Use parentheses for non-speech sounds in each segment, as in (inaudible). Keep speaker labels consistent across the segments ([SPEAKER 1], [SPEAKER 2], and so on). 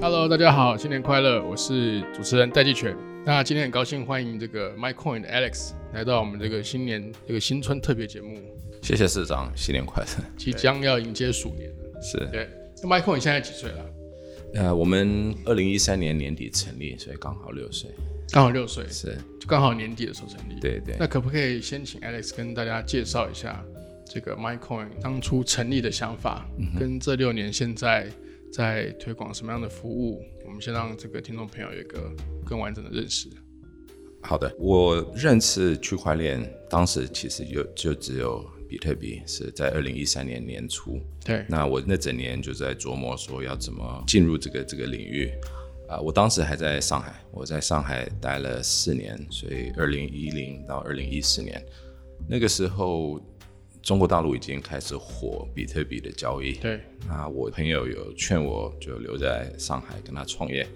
[SPEAKER 1] Hello，大家好，新年快乐！我是主持人戴季全。那今天很高兴欢迎这个 MyCoin 的 Alex 来到我们这个新年这个新春特别节目，
[SPEAKER 2] 谢谢市长，新年快 (laughs) 乐！
[SPEAKER 1] 即将要迎接鼠年了。
[SPEAKER 2] 是，
[SPEAKER 1] 对，那 MyCoin 现在几岁了？
[SPEAKER 2] 呃，我们二零一三年年底成立，所以刚好六岁。
[SPEAKER 1] 刚好六岁，
[SPEAKER 2] 是，
[SPEAKER 1] 就刚好年底的时候成立。，
[SPEAKER 2] 对对
[SPEAKER 1] 那。可不可以先请 Alex 跟大家介绍一下这个 MyCoin 当初成立的想法，跟这六年现在在推广什么样的服务？我们先让这个听众朋友有一个更完整的认识。
[SPEAKER 2] 好的，我认识区块链，当时其实就就只有比特币，是在二零一三年年初。
[SPEAKER 1] 对，
[SPEAKER 2] 那我那整年就在琢磨说要怎么进入这个这个领域。啊、我当时还在上海，我在上海待了四年，所以二零一零到二零一四年，那个时候中国大陆已经开始火比特币的交易。
[SPEAKER 1] 对，
[SPEAKER 2] 那我朋友有劝我就留在上海跟他创业，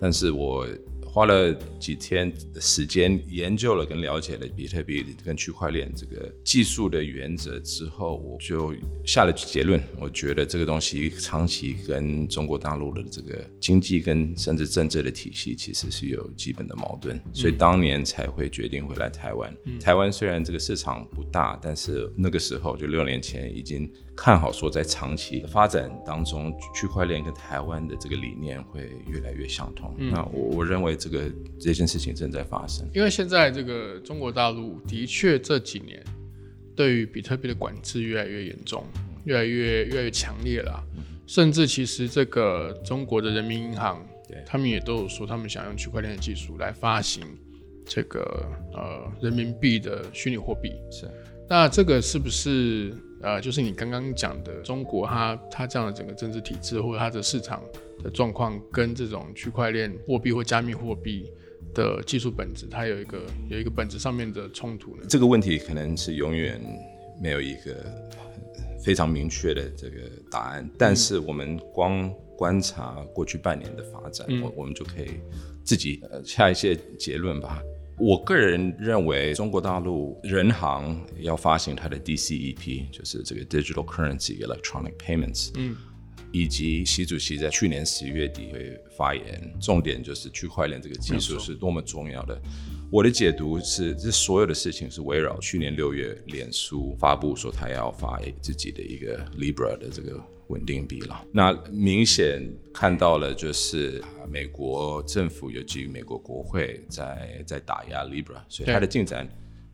[SPEAKER 2] 但是我花了几天的时间研究了跟了解了比特币跟区块链这个技术的原则之后，我就下了结论，我觉得这个东西长期跟中国大陆的这个经济跟甚至政治的体系其实是有基本的矛盾，所以当年才会决定回来台湾。台湾虽然这个市场不大，但是那个时候就六年前已经看好说，在长期发展当中，区块链跟台湾的这个理念会越来越相同。那我我认为这个这件事情正在发生。
[SPEAKER 1] 因为现在这个中国大陆的确这几年对于比特币的管制越来越严重，越来越越来越强烈了啊、
[SPEAKER 2] 嗯
[SPEAKER 1] 甚至其实这个中国的人民银行
[SPEAKER 2] 对，
[SPEAKER 1] 他们也都有说他们想用区块链的技术来发行这个呃人民币的虚拟货币。
[SPEAKER 2] 是
[SPEAKER 1] 那这个是不是呃，就是你刚刚讲的中国它它这样的整个政治体制或者它的市场的状况，跟这种区块链货币或加密货币的技术本质，它有一个有一个本质上面的冲突呢？
[SPEAKER 2] 这个问题，可能是永远没有一个非常明确的这个答案。但是我们光观察过去半年的发展，我我们就可以自己呃下一些结论吧。我个人认为，中国大陆人行要发行它的 DCEP，就是这个 Digital Currency Electronic Payments，
[SPEAKER 1] 嗯，
[SPEAKER 2] 以及习主席在去年十月底会发言，重点就是区块链这个技术是多么重要的。我的解读是，这所有的事情是围绕去年六月脸书发布说他要发自己的一个 Libra 的这个稳定币了。那明显看到了，就是啊美国政府尤其美国国会在在打压 Libra，所以它
[SPEAKER 1] 对
[SPEAKER 2] 的进展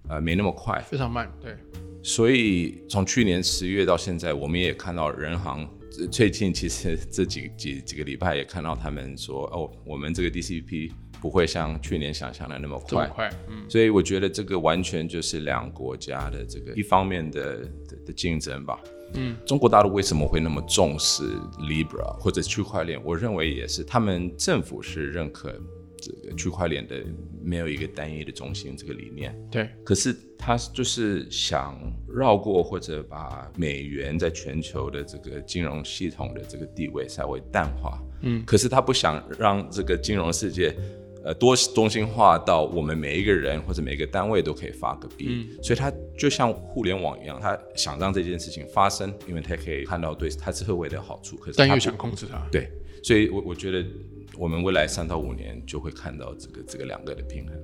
[SPEAKER 2] 呃没那么快。
[SPEAKER 1] 非常慢，对，
[SPEAKER 2] 所以从去年十月到现在，我们也看到人行呃最近其实 (laughs) 这几几几个礼拜也看到他们说，哦，我们这个 DCP 不会像去年想象的那么
[SPEAKER 1] 这么
[SPEAKER 2] 快。
[SPEAKER 1] 快，嗯，
[SPEAKER 2] 所以我觉得这个完全就是两国家的这个一方面的的的竞争吧。嗯，中国大陆为什么会那么重视 Libra 或者区块链？我认为也是他们政府是认可这个区块链的没有一个单一的中心这个理念。
[SPEAKER 1] 对，
[SPEAKER 2] 可是他就是想绕过或者把美元在全球的这个金融系统的这个地位稍微淡化，
[SPEAKER 1] 嗯，
[SPEAKER 2] 可是他不想让这个金融世界。呃，多中心化到我们每一个人或者每个单位都可以发个币，
[SPEAKER 1] 嗯
[SPEAKER 2] 所以他就像互联网一样，他想让这件事情发生，因为他可以看到对他社会的好处，可是
[SPEAKER 1] 但
[SPEAKER 2] 他
[SPEAKER 1] 又
[SPEAKER 2] 不
[SPEAKER 1] 想控制它，
[SPEAKER 2] 对，所以我我觉得我们未来三到五年就会看到这个这个两个的平衡。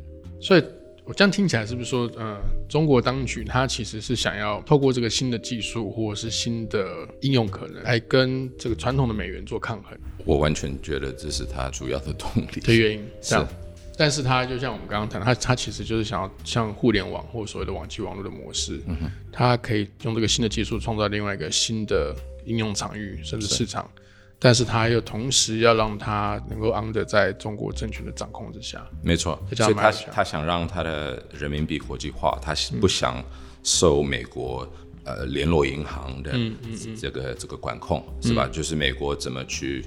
[SPEAKER 1] 所以我这样听起来是不是说，呃，中国当局它其实是想要透过这个新的技术或者是新的应用可能，来跟这个传统的美元做抗衡
[SPEAKER 2] 我完全觉得这是他主要的动力。
[SPEAKER 1] 的原因？
[SPEAKER 2] 是
[SPEAKER 1] 这样。但是它就像我们刚刚谈的，它它其实就是想要像互联网或所谓的网际网络的模式，
[SPEAKER 2] 嗯
[SPEAKER 1] 它可以用这个新的技术创造另外一个新的应用场域甚至市场，但是它又同时要让它能够 under 在中国政权的掌控之下。
[SPEAKER 2] (laughs) 没错，
[SPEAKER 1] 就这样
[SPEAKER 2] 所以他
[SPEAKER 1] 买下
[SPEAKER 2] 他想让他的人民币国际化，他不想受美国呃联络银行的
[SPEAKER 1] 嗯
[SPEAKER 2] 这个这个管控，是吧？就是美国怎么去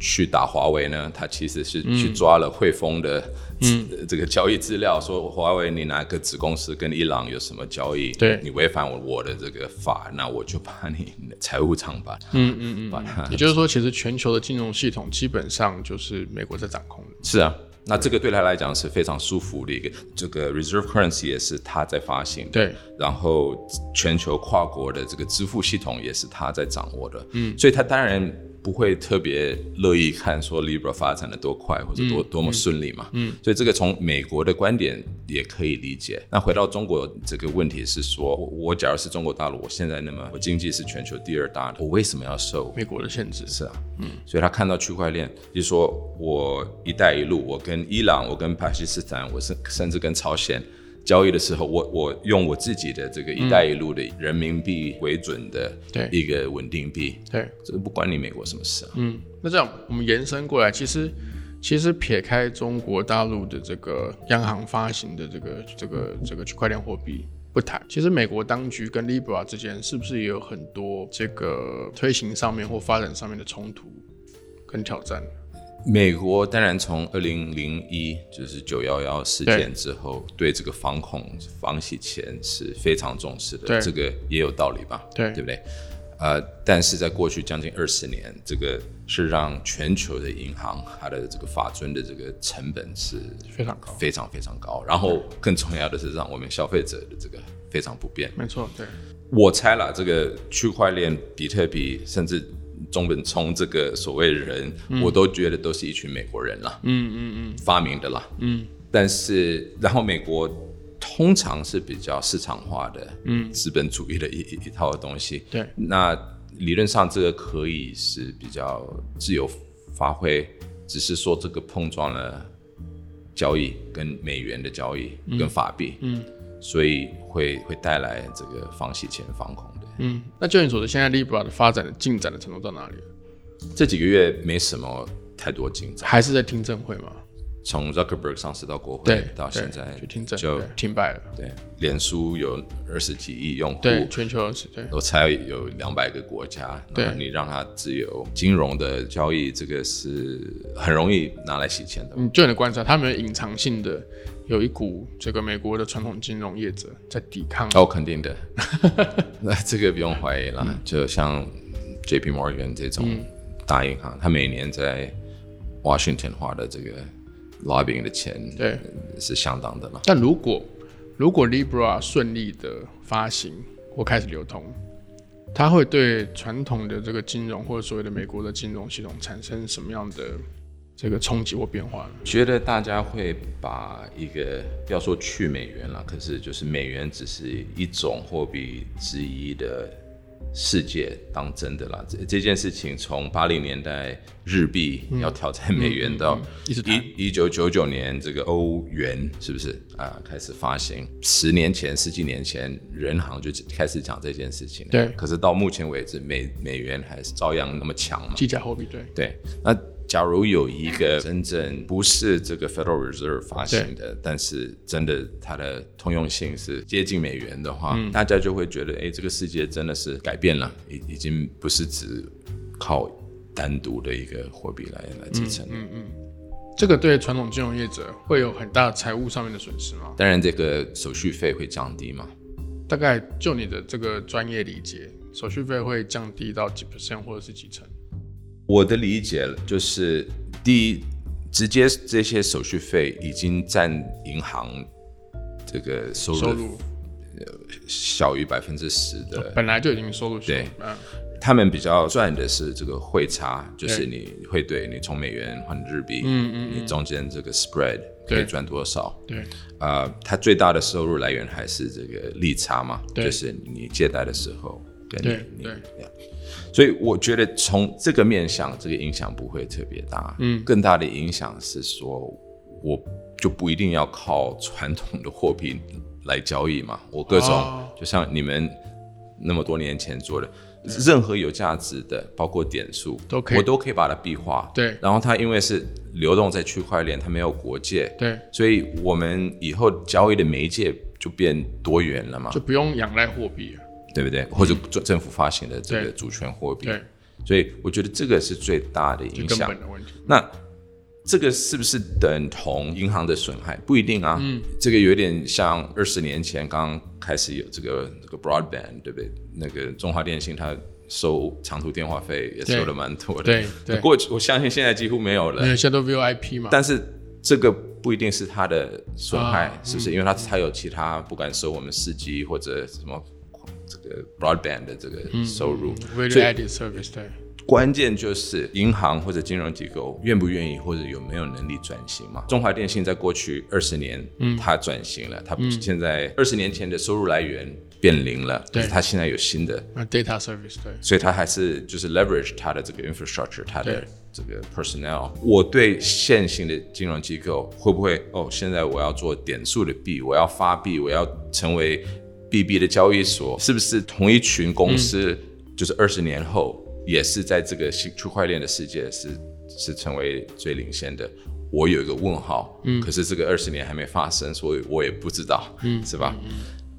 [SPEAKER 2] 去打华为呢？他其实是
[SPEAKER 1] 嗯
[SPEAKER 2] 去抓了汇丰的资这个交易资料，说华为你哪个子公司跟伊朗有什么交易？
[SPEAKER 1] 对
[SPEAKER 2] 你违反我我的这个法，那我就把你财务长吧，
[SPEAKER 1] 嗯嗯嗯，
[SPEAKER 2] 把它
[SPEAKER 1] 也就是说，其实全球的金融系统基本上就是美国在掌控的。
[SPEAKER 2] 是啊，那这个对他来讲是非常舒服的一个，这个 reserve currency 也是他在发行的，
[SPEAKER 1] 对，
[SPEAKER 2] 然后全球跨国的这个支付系统也是他在掌握的，嗯，所以他当然不会特别乐意看说 Libra 发展的多快或者多、多么顺利嘛。嗯，所以这个从美国的观点也可以理解。那回到中国这个问题是说，我我假如是中国大陆，我现在那么我经济是全球第二大的，我为什么要受
[SPEAKER 1] 美国的限制
[SPEAKER 2] 是啊，嗯，所以他看到区块链，就是说我“一带一路”，我跟伊朗，我跟巴基斯坦，我甚甚至跟朝鲜交易的时候，我我用我自己的这个“一带一路”的人民币为准的
[SPEAKER 1] 对
[SPEAKER 2] 一个稳定币，
[SPEAKER 1] 对，
[SPEAKER 2] 这不关你美国什么事啊？
[SPEAKER 1] 嗯，那这样我们延伸过来，其实其实撇开中国大陆的这个央行发行的这个这个这个区块链货币不谈，其实美国当局跟 Libra 之间是不是也有很多这个推行上面或发展上面的冲突跟挑战？
[SPEAKER 2] 美国当然从二零零一就是九幺幺事件之后，对这个防恐、防洗钱是非常重视
[SPEAKER 1] 对
[SPEAKER 2] 的，这个也有道理吧？
[SPEAKER 1] 对
[SPEAKER 2] 对不对？呃，但是在过去将近二十年，这个是让全球的银行它的这个法尊的这个成本是
[SPEAKER 1] 非常高
[SPEAKER 2] 非常非常高。然后更重要的是，让我们消费者的这个非常不便。
[SPEAKER 1] 没错，对，
[SPEAKER 2] 我猜啦，这个区块链、比特币，甚至中本聪这个所谓人，我都觉得都是一群美国人啦，嗯嗯嗯，发明的啦，嗯。但是，然后美国通常是比较市场化的，嗯，资本主义的一一一套东西，
[SPEAKER 1] 对
[SPEAKER 2] 那理论上这个可以是比较自由发挥，只是说这个碰撞了交易跟美元的交易跟法币，嗯，所以会会带来这个防洗钱、防恐的。
[SPEAKER 1] 嗯，那就你所知，现在 Libra 的发展的进展的程度到哪里了？
[SPEAKER 2] 这几个月没什么太多进展，
[SPEAKER 1] 还是在听证会吗？
[SPEAKER 2] 从 Zuckerberg 上市到国
[SPEAKER 1] 对
[SPEAKER 2] 会，到
[SPEAKER 1] 对
[SPEAKER 2] 现在
[SPEAKER 1] 去听证
[SPEAKER 2] 就
[SPEAKER 1] 对停摆了，
[SPEAKER 2] 对，脸书有二十几亿用户，
[SPEAKER 1] 对，全球是对，
[SPEAKER 2] 我猜有两百个国家，
[SPEAKER 1] 对
[SPEAKER 2] 那你让它自由金融的交易，这个是很容易拿来洗钱的。
[SPEAKER 1] 你就你的观察，他们有隐藏性的有一股这个美国的传统金融业者在抵抗。
[SPEAKER 2] 哦，肯定的， (laughs) 那这个不用怀疑啦。就像 J P Morgan 这种大银行，它每年在 Washington 花的这个 lobbying 的钱
[SPEAKER 1] 对，
[SPEAKER 2] 是相当的啦。
[SPEAKER 1] 但如果如果 Libra 顺利的发行或开始流通，它会对传统的这个金融或者所谓的美国的金融系统产生什么样的这个冲击或变化呢？
[SPEAKER 2] 觉得大家会把一个不要说去美元了，可是就是美元只是一种货币之一的世界当真的啦。这这件事情从八零年代日币要挑战美元到
[SPEAKER 1] 一直谈
[SPEAKER 2] 一一九九九年这个欧元是不是啊、开始发行？十年前、十几年前，人行就开始讲这件事情了。
[SPEAKER 1] 对
[SPEAKER 2] 可是到目前为止，美美元还是照样那么强嘛。
[SPEAKER 1] 计价货币对，
[SPEAKER 2] 对，那假如有一个真正不是这个 Federal Reserve 发行的，但是真的它的通用性是接近美元的话，
[SPEAKER 1] 嗯
[SPEAKER 2] 大家就会觉得，哎，这个世界真的是改变了，已已经不是只靠单独的一个货币来来支撑。
[SPEAKER 1] 这个对传统金融业者会有很大的财务上面的损失吗？
[SPEAKER 2] 当然，这个手续费会降低嘛，
[SPEAKER 1] 大概就你的这个专业理解，手续费会降低到几 percent 或者是几成？
[SPEAKER 2] 我的理解就是，第一，直接这些手续费已经占银行这个收
[SPEAKER 1] 收
[SPEAKER 2] 入
[SPEAKER 1] 入
[SPEAKER 2] 小于百分之十的
[SPEAKER 1] 本来就已经收入是
[SPEAKER 2] 对
[SPEAKER 1] 嗯，
[SPEAKER 2] 他们比较赚的是这个汇差，就
[SPEAKER 1] 对
[SPEAKER 2] 是你汇兑你从美元换日币，
[SPEAKER 1] 嗯嗯
[SPEAKER 2] 你中间这个 spread 可
[SPEAKER 1] 对
[SPEAKER 2] 以赚多少？
[SPEAKER 1] 对
[SPEAKER 2] 啊、它最大的收入来源还是这个利差嘛，
[SPEAKER 1] 对
[SPEAKER 2] 就是你借贷的时候跟你
[SPEAKER 1] 对
[SPEAKER 2] 你
[SPEAKER 1] 对
[SPEAKER 2] 这样所以我觉得从这个面向，这个影响不会特别大。嗯，更大的影响是说，我就不一定要靠传统的货币来交易嘛， (laughs) 我各种、
[SPEAKER 1] 哦
[SPEAKER 2] 就像你们那么多年前做的。任何有价值的，包括点数，
[SPEAKER 1] 都可以
[SPEAKER 2] 我都可以把它币化。
[SPEAKER 1] 对
[SPEAKER 2] 然后它因为是流动在区块链，它没有国界，
[SPEAKER 1] 对，
[SPEAKER 2] 所以我们以后交易的媒介就变多元了嘛
[SPEAKER 1] 就，不用仰赖货币了。
[SPEAKER 2] 对不对？或者政政府发行的这个
[SPEAKER 1] 对
[SPEAKER 2] 主权货币，
[SPEAKER 1] 对，
[SPEAKER 2] 所以我觉得这个是最大的
[SPEAKER 1] 最
[SPEAKER 2] 影
[SPEAKER 1] 根
[SPEAKER 2] 响
[SPEAKER 1] 本。的问题。
[SPEAKER 2] 那这个是不是等同银行的损害？不一定啊。嗯，这个有点像二十年前刚开始有这个这个 broadband，对不对？那个中华电信它收长途电话费也收
[SPEAKER 1] 对
[SPEAKER 2] 的蛮多的。
[SPEAKER 1] 对对
[SPEAKER 2] 过去我相信现在几乎没有了
[SPEAKER 1] 因。为现在都 VIP 嘛，
[SPEAKER 2] 但是这个不一定是它的损害，
[SPEAKER 1] 啊
[SPEAKER 2] 是不是？因为它它有其他，不管收我们司机或者什么这个 broadband 的这个收入，
[SPEAKER 1] Value
[SPEAKER 2] 所以
[SPEAKER 1] Added Service 对
[SPEAKER 2] 关键就是银行或者金融机构愿不愿意，或者有没有能力转型嘛？中华电信在过去二十年，嗯，它转型了，它
[SPEAKER 1] 嗯
[SPEAKER 2] 现在二十年前的收入来源变零了，
[SPEAKER 1] 对
[SPEAKER 2] 可是它现在有新的，
[SPEAKER 1] 那啊 data service 对，
[SPEAKER 2] 所以它还是就是 leverage 它的这个 infrastructure，它的
[SPEAKER 1] 对
[SPEAKER 2] 这个 personnel。我对现行的金融机构会不会哦？现在我要做点数的币，我要发币，我要成为 BB 的交易所，是不是同一群公司，就是二十年后也是在这个新区块链的世界是是成为最领先的？我有一个问号，嗯，可是这个二十年还没发生，所以我也不知道，嗯，是吧？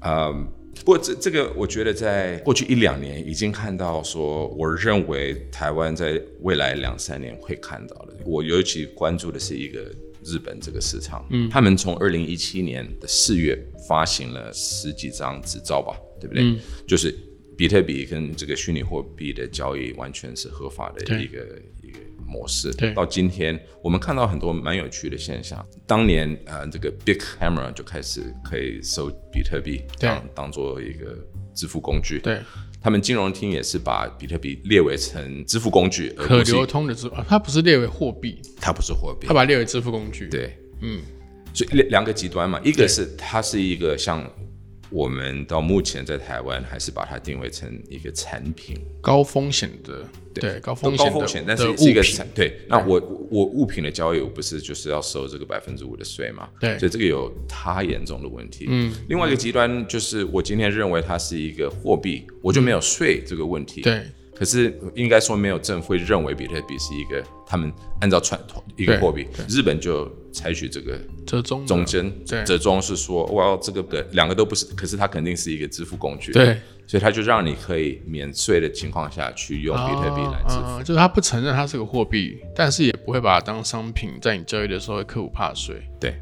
[SPEAKER 2] 嗯，不过这这个我觉得在过去一两年已经看到说，我认为台湾在未来两三年会看到的。我尤其关注的是一个日本这个市场，嗯，他们从二零一七年的四月发行了十几张执照吧，对不对？就是比特币跟这个虚拟货币的交易完全是合法的
[SPEAKER 1] 对
[SPEAKER 2] 一个一个模式。
[SPEAKER 1] 对
[SPEAKER 2] 到今天我们看到很多蛮有趣的现象。当年呃，这个 Big Hammer 就开始可以收比特币，
[SPEAKER 1] 对
[SPEAKER 2] 当当做一个支付工具。
[SPEAKER 1] 对，
[SPEAKER 2] 他们金融厅也是把比特币列为成支付工具，而
[SPEAKER 1] 可
[SPEAKER 2] 不是
[SPEAKER 1] 流通的支付，啊它不是列为货币，
[SPEAKER 2] 它不是货币
[SPEAKER 1] 它。把它列为支付工具。，
[SPEAKER 2] 对，
[SPEAKER 1] 嗯，
[SPEAKER 2] 所以两两个极端嘛，一个是它是一个像我们到目前在台湾还是把它定位成一个产品，
[SPEAKER 1] 高风险的，对，高风险
[SPEAKER 2] 高
[SPEAKER 1] 的
[SPEAKER 2] 风险，但
[SPEAKER 1] 的
[SPEAKER 2] 是
[SPEAKER 1] 物
[SPEAKER 2] 是一个
[SPEAKER 1] 品
[SPEAKER 2] 产对。那我我物品的交易，我不是就是要收这个百分之五的税嘛？
[SPEAKER 1] 对
[SPEAKER 2] 所以这个有它严重的问题。嗯，另外一个极端就是我今天认为它是一个货币，我就没有税这个问题。。
[SPEAKER 1] 对
[SPEAKER 2] 可是应该说，没有政府会认为比特币是一个他们按照传统一个
[SPEAKER 1] 对
[SPEAKER 2] 货币，日本就采取这个
[SPEAKER 1] 折中的
[SPEAKER 2] 中间
[SPEAKER 1] 对
[SPEAKER 2] 折中是说，哇，这个的两个都不是，可是它肯定是一个支付工具，，
[SPEAKER 1] 对
[SPEAKER 2] 所以它就让你可以免税的情况下去用比特币来支付。
[SPEAKER 1] 啊啊就是他不承认它是个货币，但是也不会把它当商品，在你交易的时候会刻不怕税。
[SPEAKER 2] 对，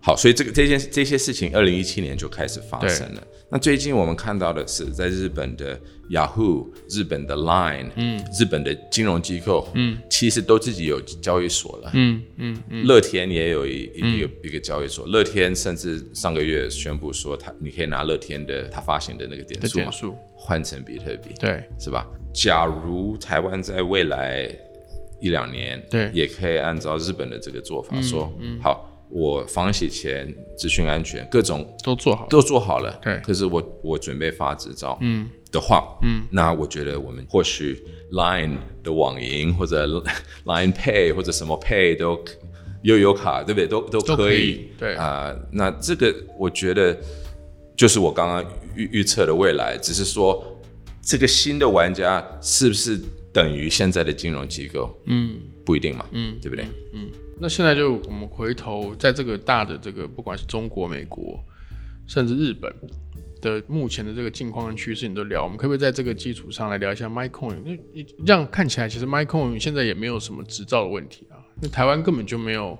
[SPEAKER 2] 好，所以这个这件这些事情，二零一七年就开始发生了。那最近我们看到的是，在日本的 Yahoo、日本的 Line、嗯、日本的金融机构，嗯，其实都自己有交易所了。
[SPEAKER 1] 嗯嗯嗯，
[SPEAKER 2] 乐天也有一一一个、一个交易所，乐天甚至上个月宣布说它，你可以拿乐天的它发行的那个点
[SPEAKER 1] 的
[SPEAKER 2] 数嘛
[SPEAKER 1] 点，数，
[SPEAKER 2] 换成比特币，
[SPEAKER 1] 对
[SPEAKER 2] 是吧？假如台湾在未来一两年，
[SPEAKER 1] 对
[SPEAKER 2] 也可以按照日本的这个做法说，好，我防洗钱、资讯安全各种
[SPEAKER 1] 都做好了。
[SPEAKER 2] 都做好了，
[SPEAKER 1] 对
[SPEAKER 2] 可是我我准备发执照，嗯，的话，嗯，那我觉得我们或许 Line 的网银或者 Line Pay 或者什么 Pay 都悠游卡，对不对？都都
[SPEAKER 1] 都
[SPEAKER 2] 可
[SPEAKER 1] 可
[SPEAKER 2] 以
[SPEAKER 1] 以，对
[SPEAKER 2] 啊、那这个我觉得就是我刚刚预预测的未来，只是说这个新的玩家是不是等于现在的金融机构，
[SPEAKER 1] 嗯，
[SPEAKER 2] 不一定嘛，嗯，对不对？
[SPEAKER 1] 那现在就我们回头在这个大的这个，不管是中国、美国，甚至日本的目前的这个境况跟趋势，你都聊，我们可不可以在这个基础上来聊一下 MyCoin？那你这样看起来，其实 MyCoin 现在也没有什么执照的问题啊，那台湾根本就没有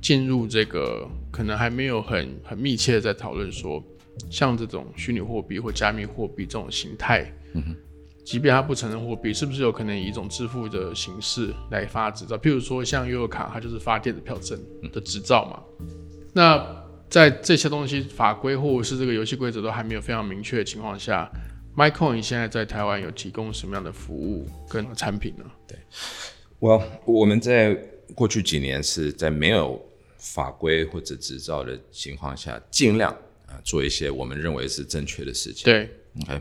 [SPEAKER 1] 进入这个，可能还没有很很密切的在讨论说，像这种虚拟货币或加密货币这种形态。即便它不承认货币，是不是有可能以一种支付的形式来发执照？譬如说像悠游卡，它就是发电子票证
[SPEAKER 2] 嗯
[SPEAKER 1] 的执照嘛。那在这些东西法规或者是这个游戏规则都还没有非常明确的情况下，MyCoin 现在在台湾有提供什么样的服务跟产品呢？
[SPEAKER 2] 我我们在过去几年是在没有法规或者执照的情况下，尽量啊、做一些我们认为是正确的事情。
[SPEAKER 1] 对
[SPEAKER 2] OK，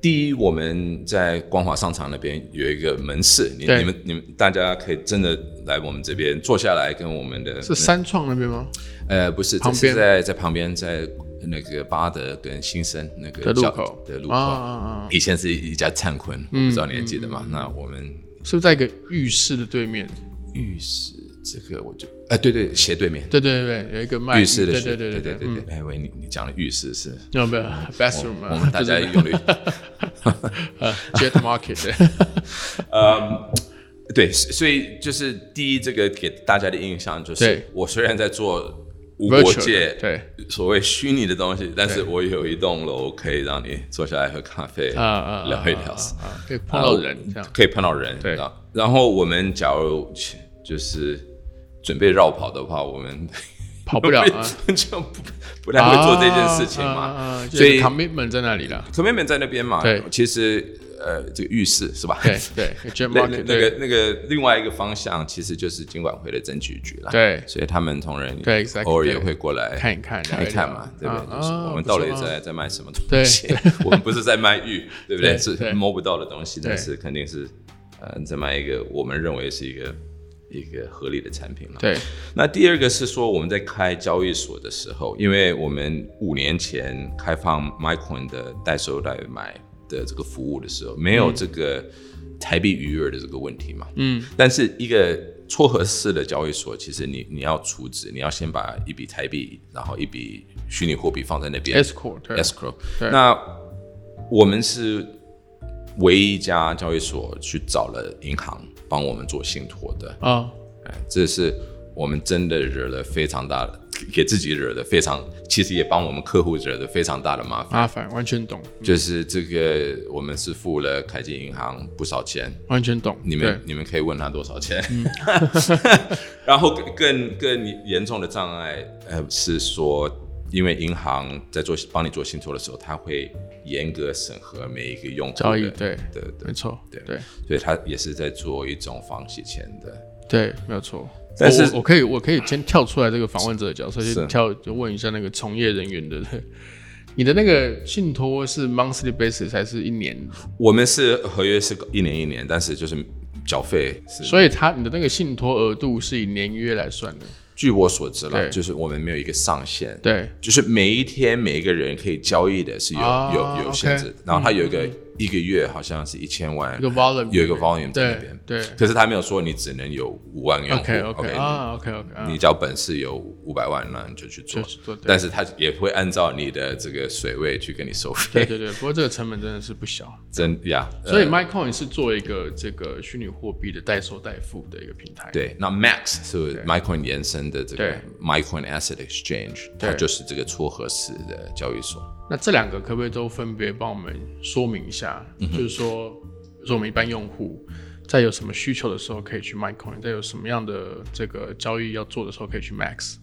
[SPEAKER 2] 第一，我们在光华商场那边有一个门市，你
[SPEAKER 1] 对
[SPEAKER 2] 你们你们大家可以真的来我们这边坐下来，跟我们的
[SPEAKER 1] 是三创那边吗？
[SPEAKER 2] 呃不是，这
[SPEAKER 1] 旁
[SPEAKER 2] 是
[SPEAKER 1] 边
[SPEAKER 2] 在在旁边在那个巴德跟新生那个
[SPEAKER 1] 的路
[SPEAKER 2] 小
[SPEAKER 1] 口
[SPEAKER 2] 的路
[SPEAKER 1] 啊
[SPEAKER 2] 口。
[SPEAKER 1] 啊啊！嗯
[SPEAKER 2] 以前是一家灿坤，我不知道你还记得吗？那我们
[SPEAKER 1] 是不是在一个浴室的对面？
[SPEAKER 2] 浴室这个我就哎、对对斜对面，
[SPEAKER 1] 对对对，对有一个卖
[SPEAKER 2] 浴室的
[SPEAKER 1] 对对
[SPEAKER 2] 学
[SPEAKER 1] 对嗯
[SPEAKER 2] 对
[SPEAKER 1] 对
[SPEAKER 2] 对对对，哎喂，你你讲的浴室是
[SPEAKER 1] 有没有 bathroom 啊？
[SPEAKER 2] 我们大家
[SPEAKER 1] (laughs)
[SPEAKER 2] 用的，
[SPEAKER 1] 呃 jet
[SPEAKER 2] (laughs)
[SPEAKER 1] market
[SPEAKER 2] 对，所所以就是第一，这个给大家的印象就是
[SPEAKER 1] 对，
[SPEAKER 2] 我虽然在做无国
[SPEAKER 1] virtual
[SPEAKER 2] 界
[SPEAKER 1] 的对
[SPEAKER 2] 所谓虚拟的东西，但是
[SPEAKER 1] 对
[SPEAKER 2] 我有一栋楼可以让你坐下来喝咖啡
[SPEAKER 1] 啊啊啊，
[SPEAKER 2] 聊一聊，
[SPEAKER 1] 啊，啊可以碰到人这样。
[SPEAKER 2] 可以碰到人。
[SPEAKER 1] 对
[SPEAKER 2] 然后，然后我们假如就是准备绕跑的话，我们
[SPEAKER 1] 跑 (laughs) 不了啊，
[SPEAKER 2] (laughs) 就不不太会做这件事情嘛。
[SPEAKER 1] 啊啊啊
[SPEAKER 2] 所
[SPEAKER 1] 就
[SPEAKER 2] 以
[SPEAKER 1] 是 commitment 在那里了。
[SPEAKER 2] commitment 在那边嘛，
[SPEAKER 1] 对
[SPEAKER 2] 其实呃这个预示是吧？
[SPEAKER 1] (laughs) 对对，Jet
[SPEAKER 2] (laughs) 那那
[SPEAKER 1] Market
[SPEAKER 2] 那个
[SPEAKER 1] 对
[SPEAKER 2] 那个另外一个方向其实就是金管会的政局局啦，，
[SPEAKER 1] 对
[SPEAKER 2] 所以他们同仁
[SPEAKER 1] 对，exactly，
[SPEAKER 2] 偶尔也
[SPEAKER 1] 对
[SPEAKER 2] 会过来
[SPEAKER 1] 看一看
[SPEAKER 2] 看一看嘛，对
[SPEAKER 1] 聊聊
[SPEAKER 2] 不对？
[SPEAKER 1] 啊
[SPEAKER 2] 就是
[SPEAKER 1] 啊
[SPEAKER 2] 我们
[SPEAKER 1] 不
[SPEAKER 2] 到底
[SPEAKER 1] 错啊
[SPEAKER 2] 在在卖什么东
[SPEAKER 1] 对
[SPEAKER 2] 西？ (laughs) 我们不是在卖玉，对不对？
[SPEAKER 1] 对
[SPEAKER 2] 是
[SPEAKER 1] 对
[SPEAKER 2] 摸不到的东西，
[SPEAKER 1] 对
[SPEAKER 2] 但是肯定是呃在卖一个我们认为是一个一个合理的产品了。
[SPEAKER 1] 对
[SPEAKER 2] 那第二个是说我们在开交易所的时候，因为我们五年前开放 Micron 的代收代买的这个服务的时候，没有这个台币余额的这个问题嘛，
[SPEAKER 1] 嗯，
[SPEAKER 2] 但是一个撮合式的交易所，其实你你要储值，你要先把一笔台币，然后一笔虚拟货币放在那边
[SPEAKER 1] ，Escort 对
[SPEAKER 2] escrow。
[SPEAKER 1] 对
[SPEAKER 2] 那我们是唯一一家交易所去找了银行帮我们做信托的，
[SPEAKER 1] 啊，
[SPEAKER 2] 哎，这是我们真的惹了非常大的，给自己惹的非常，其实也帮我们客户惹的非常大的麻烦。
[SPEAKER 1] 麻烦，完全懂，
[SPEAKER 2] 就是这个，我们是付了凯基银行不少钱，
[SPEAKER 1] 完全懂，
[SPEAKER 2] 你
[SPEAKER 1] 对嗯
[SPEAKER 2] 们你们可以问他多少钱。 (laughs)
[SPEAKER 1] (laughs)
[SPEAKER 2] 然后更更严重的障碍，呃，是说，因为银行在做帮你做信托的时候，他会严格审核每一个用户的
[SPEAKER 1] 交易对
[SPEAKER 2] 对
[SPEAKER 1] 没
[SPEAKER 2] 对，
[SPEAKER 1] 错，
[SPEAKER 2] 对
[SPEAKER 1] 对
[SPEAKER 2] 所以他也是在做一种防洗钱的。
[SPEAKER 1] 对，没有错。
[SPEAKER 2] 但是
[SPEAKER 1] 我我我可以，我可以先跳出来这个访问者的角色，
[SPEAKER 2] 是
[SPEAKER 1] 先跳就问一下那个从业人员的， (laughs) 你的那个信托是 monthly basis 还是一年？
[SPEAKER 2] 我们是合约是一年一年，但是就是缴费是。
[SPEAKER 1] 所以他你的那个信托额度是以年约来算的，
[SPEAKER 2] 据我所知了，
[SPEAKER 1] 对
[SPEAKER 2] 就是我们没有一个上限，
[SPEAKER 1] 对
[SPEAKER 2] 就是每一天每一个人可以交易的是有、
[SPEAKER 1] 啊
[SPEAKER 2] 有有
[SPEAKER 1] OK 嗯
[SPEAKER 2] 限制的，然后它有一个、一个月好像是一千万
[SPEAKER 1] 一个 volume
[SPEAKER 2] 有一个 volume 在那
[SPEAKER 1] 对
[SPEAKER 2] 边，
[SPEAKER 1] 对
[SPEAKER 2] 可是他没有说你只能有五万用户
[SPEAKER 1] OK OK
[SPEAKER 2] 你
[SPEAKER 1] 啊 OK OK 啊
[SPEAKER 2] 你，只要本事有五百万，那你就去做
[SPEAKER 1] 就，是做对
[SPEAKER 2] 但是他也会按照你的这个水位去跟你收
[SPEAKER 1] 对
[SPEAKER 2] 费，
[SPEAKER 1] 对对，不过这个成本真的是不小。
[SPEAKER 2] 真呀，呃
[SPEAKER 1] 所以 MyCoin 是做一个这个虚拟货币的代收代付的一个平台，
[SPEAKER 2] 对，那 Max 是 Micron 延伸的这个
[SPEAKER 1] 对
[SPEAKER 2] Micron Asset Exchange，
[SPEAKER 1] 对
[SPEAKER 2] 它就是这个撮合式的交易所。
[SPEAKER 1] 那这两个可不可以都分别帮我们说明一下？
[SPEAKER 2] 嗯
[SPEAKER 1] 就是说，比如说我们一般用户在有什么需求的时候可以去 MyCoin，在有什么样的这个交易要做的时候可以去 Max。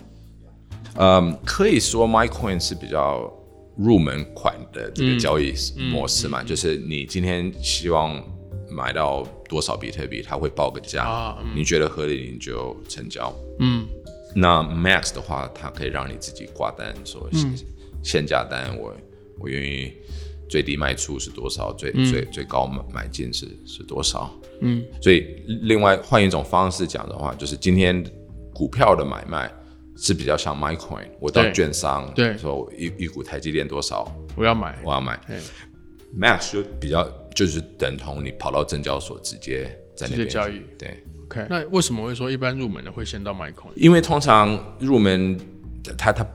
[SPEAKER 2] 嗯，可以说 Micron 是比较入门款的这
[SPEAKER 1] 嗯
[SPEAKER 2] 个交易模式嘛，就是你今天希望买到多少比特币，它会报个价，
[SPEAKER 1] 啊
[SPEAKER 2] 你觉得合理你就成交。
[SPEAKER 1] 嗯，
[SPEAKER 2] 那 Max 的话，它可以让你自己挂单，说
[SPEAKER 1] 嗯
[SPEAKER 2] 限价单我，我愿意最低卖出是多少，最、最最高买买进是是多少。
[SPEAKER 1] 嗯，
[SPEAKER 2] 所以另外换一种方式讲的话，就是今天股票的买卖是比较像 MyCoin，我到
[SPEAKER 1] 对
[SPEAKER 2] 券商
[SPEAKER 1] 对
[SPEAKER 2] 说一一股台积电多少
[SPEAKER 1] 我要买。
[SPEAKER 2] 我要买
[SPEAKER 1] 对
[SPEAKER 2] ，Max 就比较就是等同你跑到证交所直接在
[SPEAKER 1] 直
[SPEAKER 2] 那
[SPEAKER 1] 接
[SPEAKER 2] 边
[SPEAKER 1] 交易
[SPEAKER 2] 对。
[SPEAKER 1] ，OK。那为什么会说一般入门的会先到 MyCoin？
[SPEAKER 2] 因为通常入门他他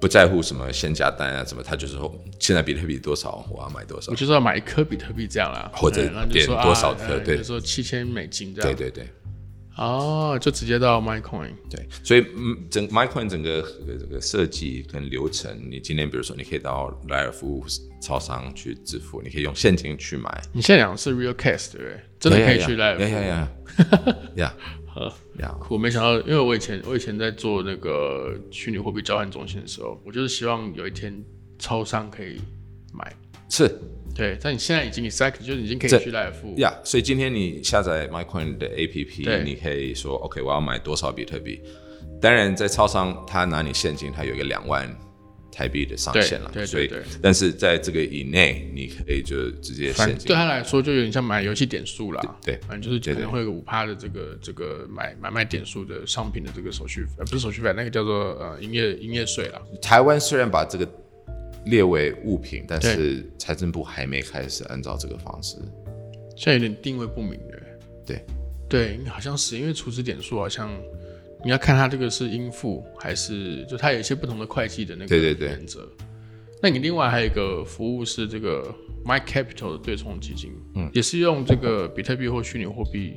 [SPEAKER 2] 不在乎什么限价单啊什么，他就是说现在比特币多少，我要买多少
[SPEAKER 1] 我。就是要买一颗比特币这样啦，
[SPEAKER 2] 或者
[SPEAKER 1] 对然后就
[SPEAKER 2] 点
[SPEAKER 1] 说
[SPEAKER 2] 多少
[SPEAKER 1] 啊
[SPEAKER 2] 颗
[SPEAKER 1] 呃
[SPEAKER 2] 对
[SPEAKER 1] 就说七千美金这
[SPEAKER 2] 对
[SPEAKER 1] 样。
[SPEAKER 2] 对对
[SPEAKER 1] 哦，就直接到 MyCoin。
[SPEAKER 2] 对，所以嗯整 MyCoin 整个呃这个设计跟流程，你今天比如说你可以到莱尔夫超商去支付，你可以用现金去买，
[SPEAKER 1] 你现在讲的是 Real Cash 对不对？真的可以去来
[SPEAKER 2] 呀呀呀
[SPEAKER 1] (laughs)
[SPEAKER 2] 呀
[SPEAKER 1] 好
[SPEAKER 2] 呀，
[SPEAKER 1] 我没想到，因为我以前我以前在做那个虚拟货币交换中心的时候，我就是希望有一天超商可以买。
[SPEAKER 2] 是
[SPEAKER 1] 对，但你现在已经 exactly 就是已经可以
[SPEAKER 2] 这
[SPEAKER 1] 去来付。
[SPEAKER 2] 呀所以今天你下载 MyCoin 的
[SPEAKER 1] 对
[SPEAKER 2] APP，你可以说 OK，我要买多少比特币。当然，在超商他拿你现金，他有一个两万台币的上限了，
[SPEAKER 1] 对对对
[SPEAKER 2] 所以
[SPEAKER 1] 对
[SPEAKER 2] 但是在这个以内，你可以就直接
[SPEAKER 1] 反
[SPEAKER 2] 现
[SPEAKER 1] 正
[SPEAKER 2] 金
[SPEAKER 1] 对。他来说就有点像买游戏点数啦。
[SPEAKER 2] 对对
[SPEAKER 1] 反正就是
[SPEAKER 2] 对对
[SPEAKER 1] 可能会有个五趴的这个这个买买卖点数的商品的这个手续费，呃，不是手续费，那个叫做呃营业营业税啦。
[SPEAKER 2] 台湾虽然把这个列为物品，但是财政部还没开始按照这个方式。
[SPEAKER 1] 现在有点定位不明的。
[SPEAKER 2] 对
[SPEAKER 1] 对，好像是因为储值点数好像你要看它这个是应付还是就它有一些不同的会计的那个
[SPEAKER 2] 对对对
[SPEAKER 1] 原则。那你另外还有一个服务是这个 My Capital 的对冲基金，嗯，也是用这个比特币或虚拟货币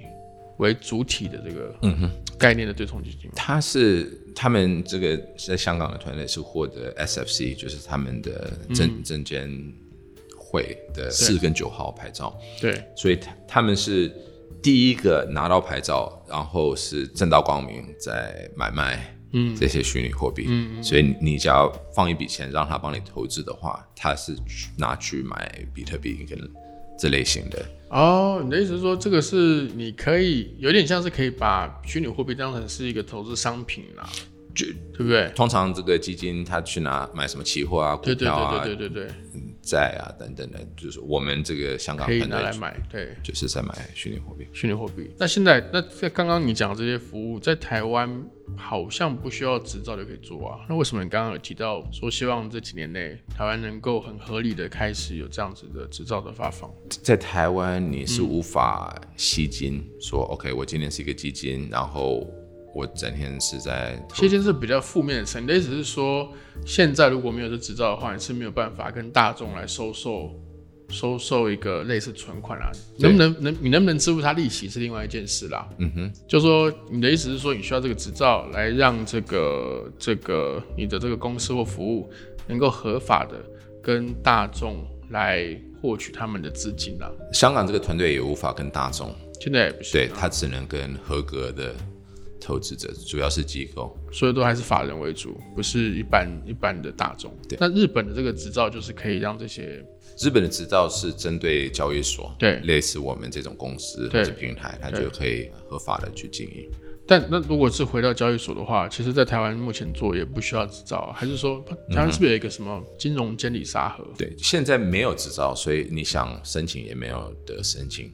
[SPEAKER 1] 为主体的这个
[SPEAKER 2] 嗯
[SPEAKER 1] 概念的对冲基金。
[SPEAKER 2] 他是他们这个在香港的团队是获得 SFC，就是他们的证、
[SPEAKER 1] 嗯
[SPEAKER 2] 证监会的四跟九号牌照。
[SPEAKER 1] 对
[SPEAKER 2] 所以他他们是第一个拿到牌照，然后是正大光明在买卖这些虚拟货币。
[SPEAKER 1] 嗯
[SPEAKER 2] 所以你只要放一笔钱让他帮你投资的话，他是去拿去买比特币跟这类型的。
[SPEAKER 1] 哦，你的意思是说，这个是你可以有点像是可以把虚拟货币当成是一个投资商品啦，
[SPEAKER 2] 就
[SPEAKER 1] 对不对？
[SPEAKER 2] 通常这个基金它去拿买什么期货啊、股
[SPEAKER 1] 对对
[SPEAKER 2] 票啊、
[SPEAKER 1] 对对对对对，
[SPEAKER 2] 债啊等等的，就是我们这个香港
[SPEAKER 1] 可以
[SPEAKER 2] 团
[SPEAKER 1] 拿
[SPEAKER 2] 队
[SPEAKER 1] 来买，对，
[SPEAKER 2] 就是在买虚拟货币。
[SPEAKER 1] 虚拟货币。那现在，那在刚刚你讲的这些服务，在台湾好像不需要执照就可以做啊。那为什么你刚刚有提到说，希望这几年内台湾能够很合理的开始有这样子的执照的发放？
[SPEAKER 2] 在台湾你
[SPEAKER 1] 嗯
[SPEAKER 2] 是无法吸金，说 OK，我今天是一个基金，然后我整天是在投
[SPEAKER 1] 吸金是比较负面的词，你的意思是说，现在如果没有这执照的话，你是没有办法跟大众来收受收受一个类似存款啦。能
[SPEAKER 2] 对
[SPEAKER 1] 不能能你能不能支付它利息是另外一件事啦。
[SPEAKER 2] 嗯哼，
[SPEAKER 1] 就说你的意思是说，你需要这个执照来让这个这个你的这个公司或服务能够合法的跟大众来获取他们的资金啦。
[SPEAKER 2] 香港这个团队也无法跟大众，
[SPEAKER 1] 现在也不行
[SPEAKER 2] 对
[SPEAKER 1] 啊，
[SPEAKER 2] 他只能跟合格的投资者，主要是机构。
[SPEAKER 1] 所以都还是法人为主，不是一般一般的大众。
[SPEAKER 2] 对
[SPEAKER 1] 那日本的这个执照就是可以让这些
[SPEAKER 2] 日本的执照是针对交易所，
[SPEAKER 1] 对
[SPEAKER 2] 类似我们这种公司
[SPEAKER 1] 对
[SPEAKER 2] 或者平台，它就可以合法的去经营。
[SPEAKER 1] 但那如果是回到交易所的话，其实，在台湾目前做也不需要执照啊，还是说台湾是不是有一个什么金融监理沙盒？
[SPEAKER 2] 对，现在没有执照，所以你想申请也没有得申请。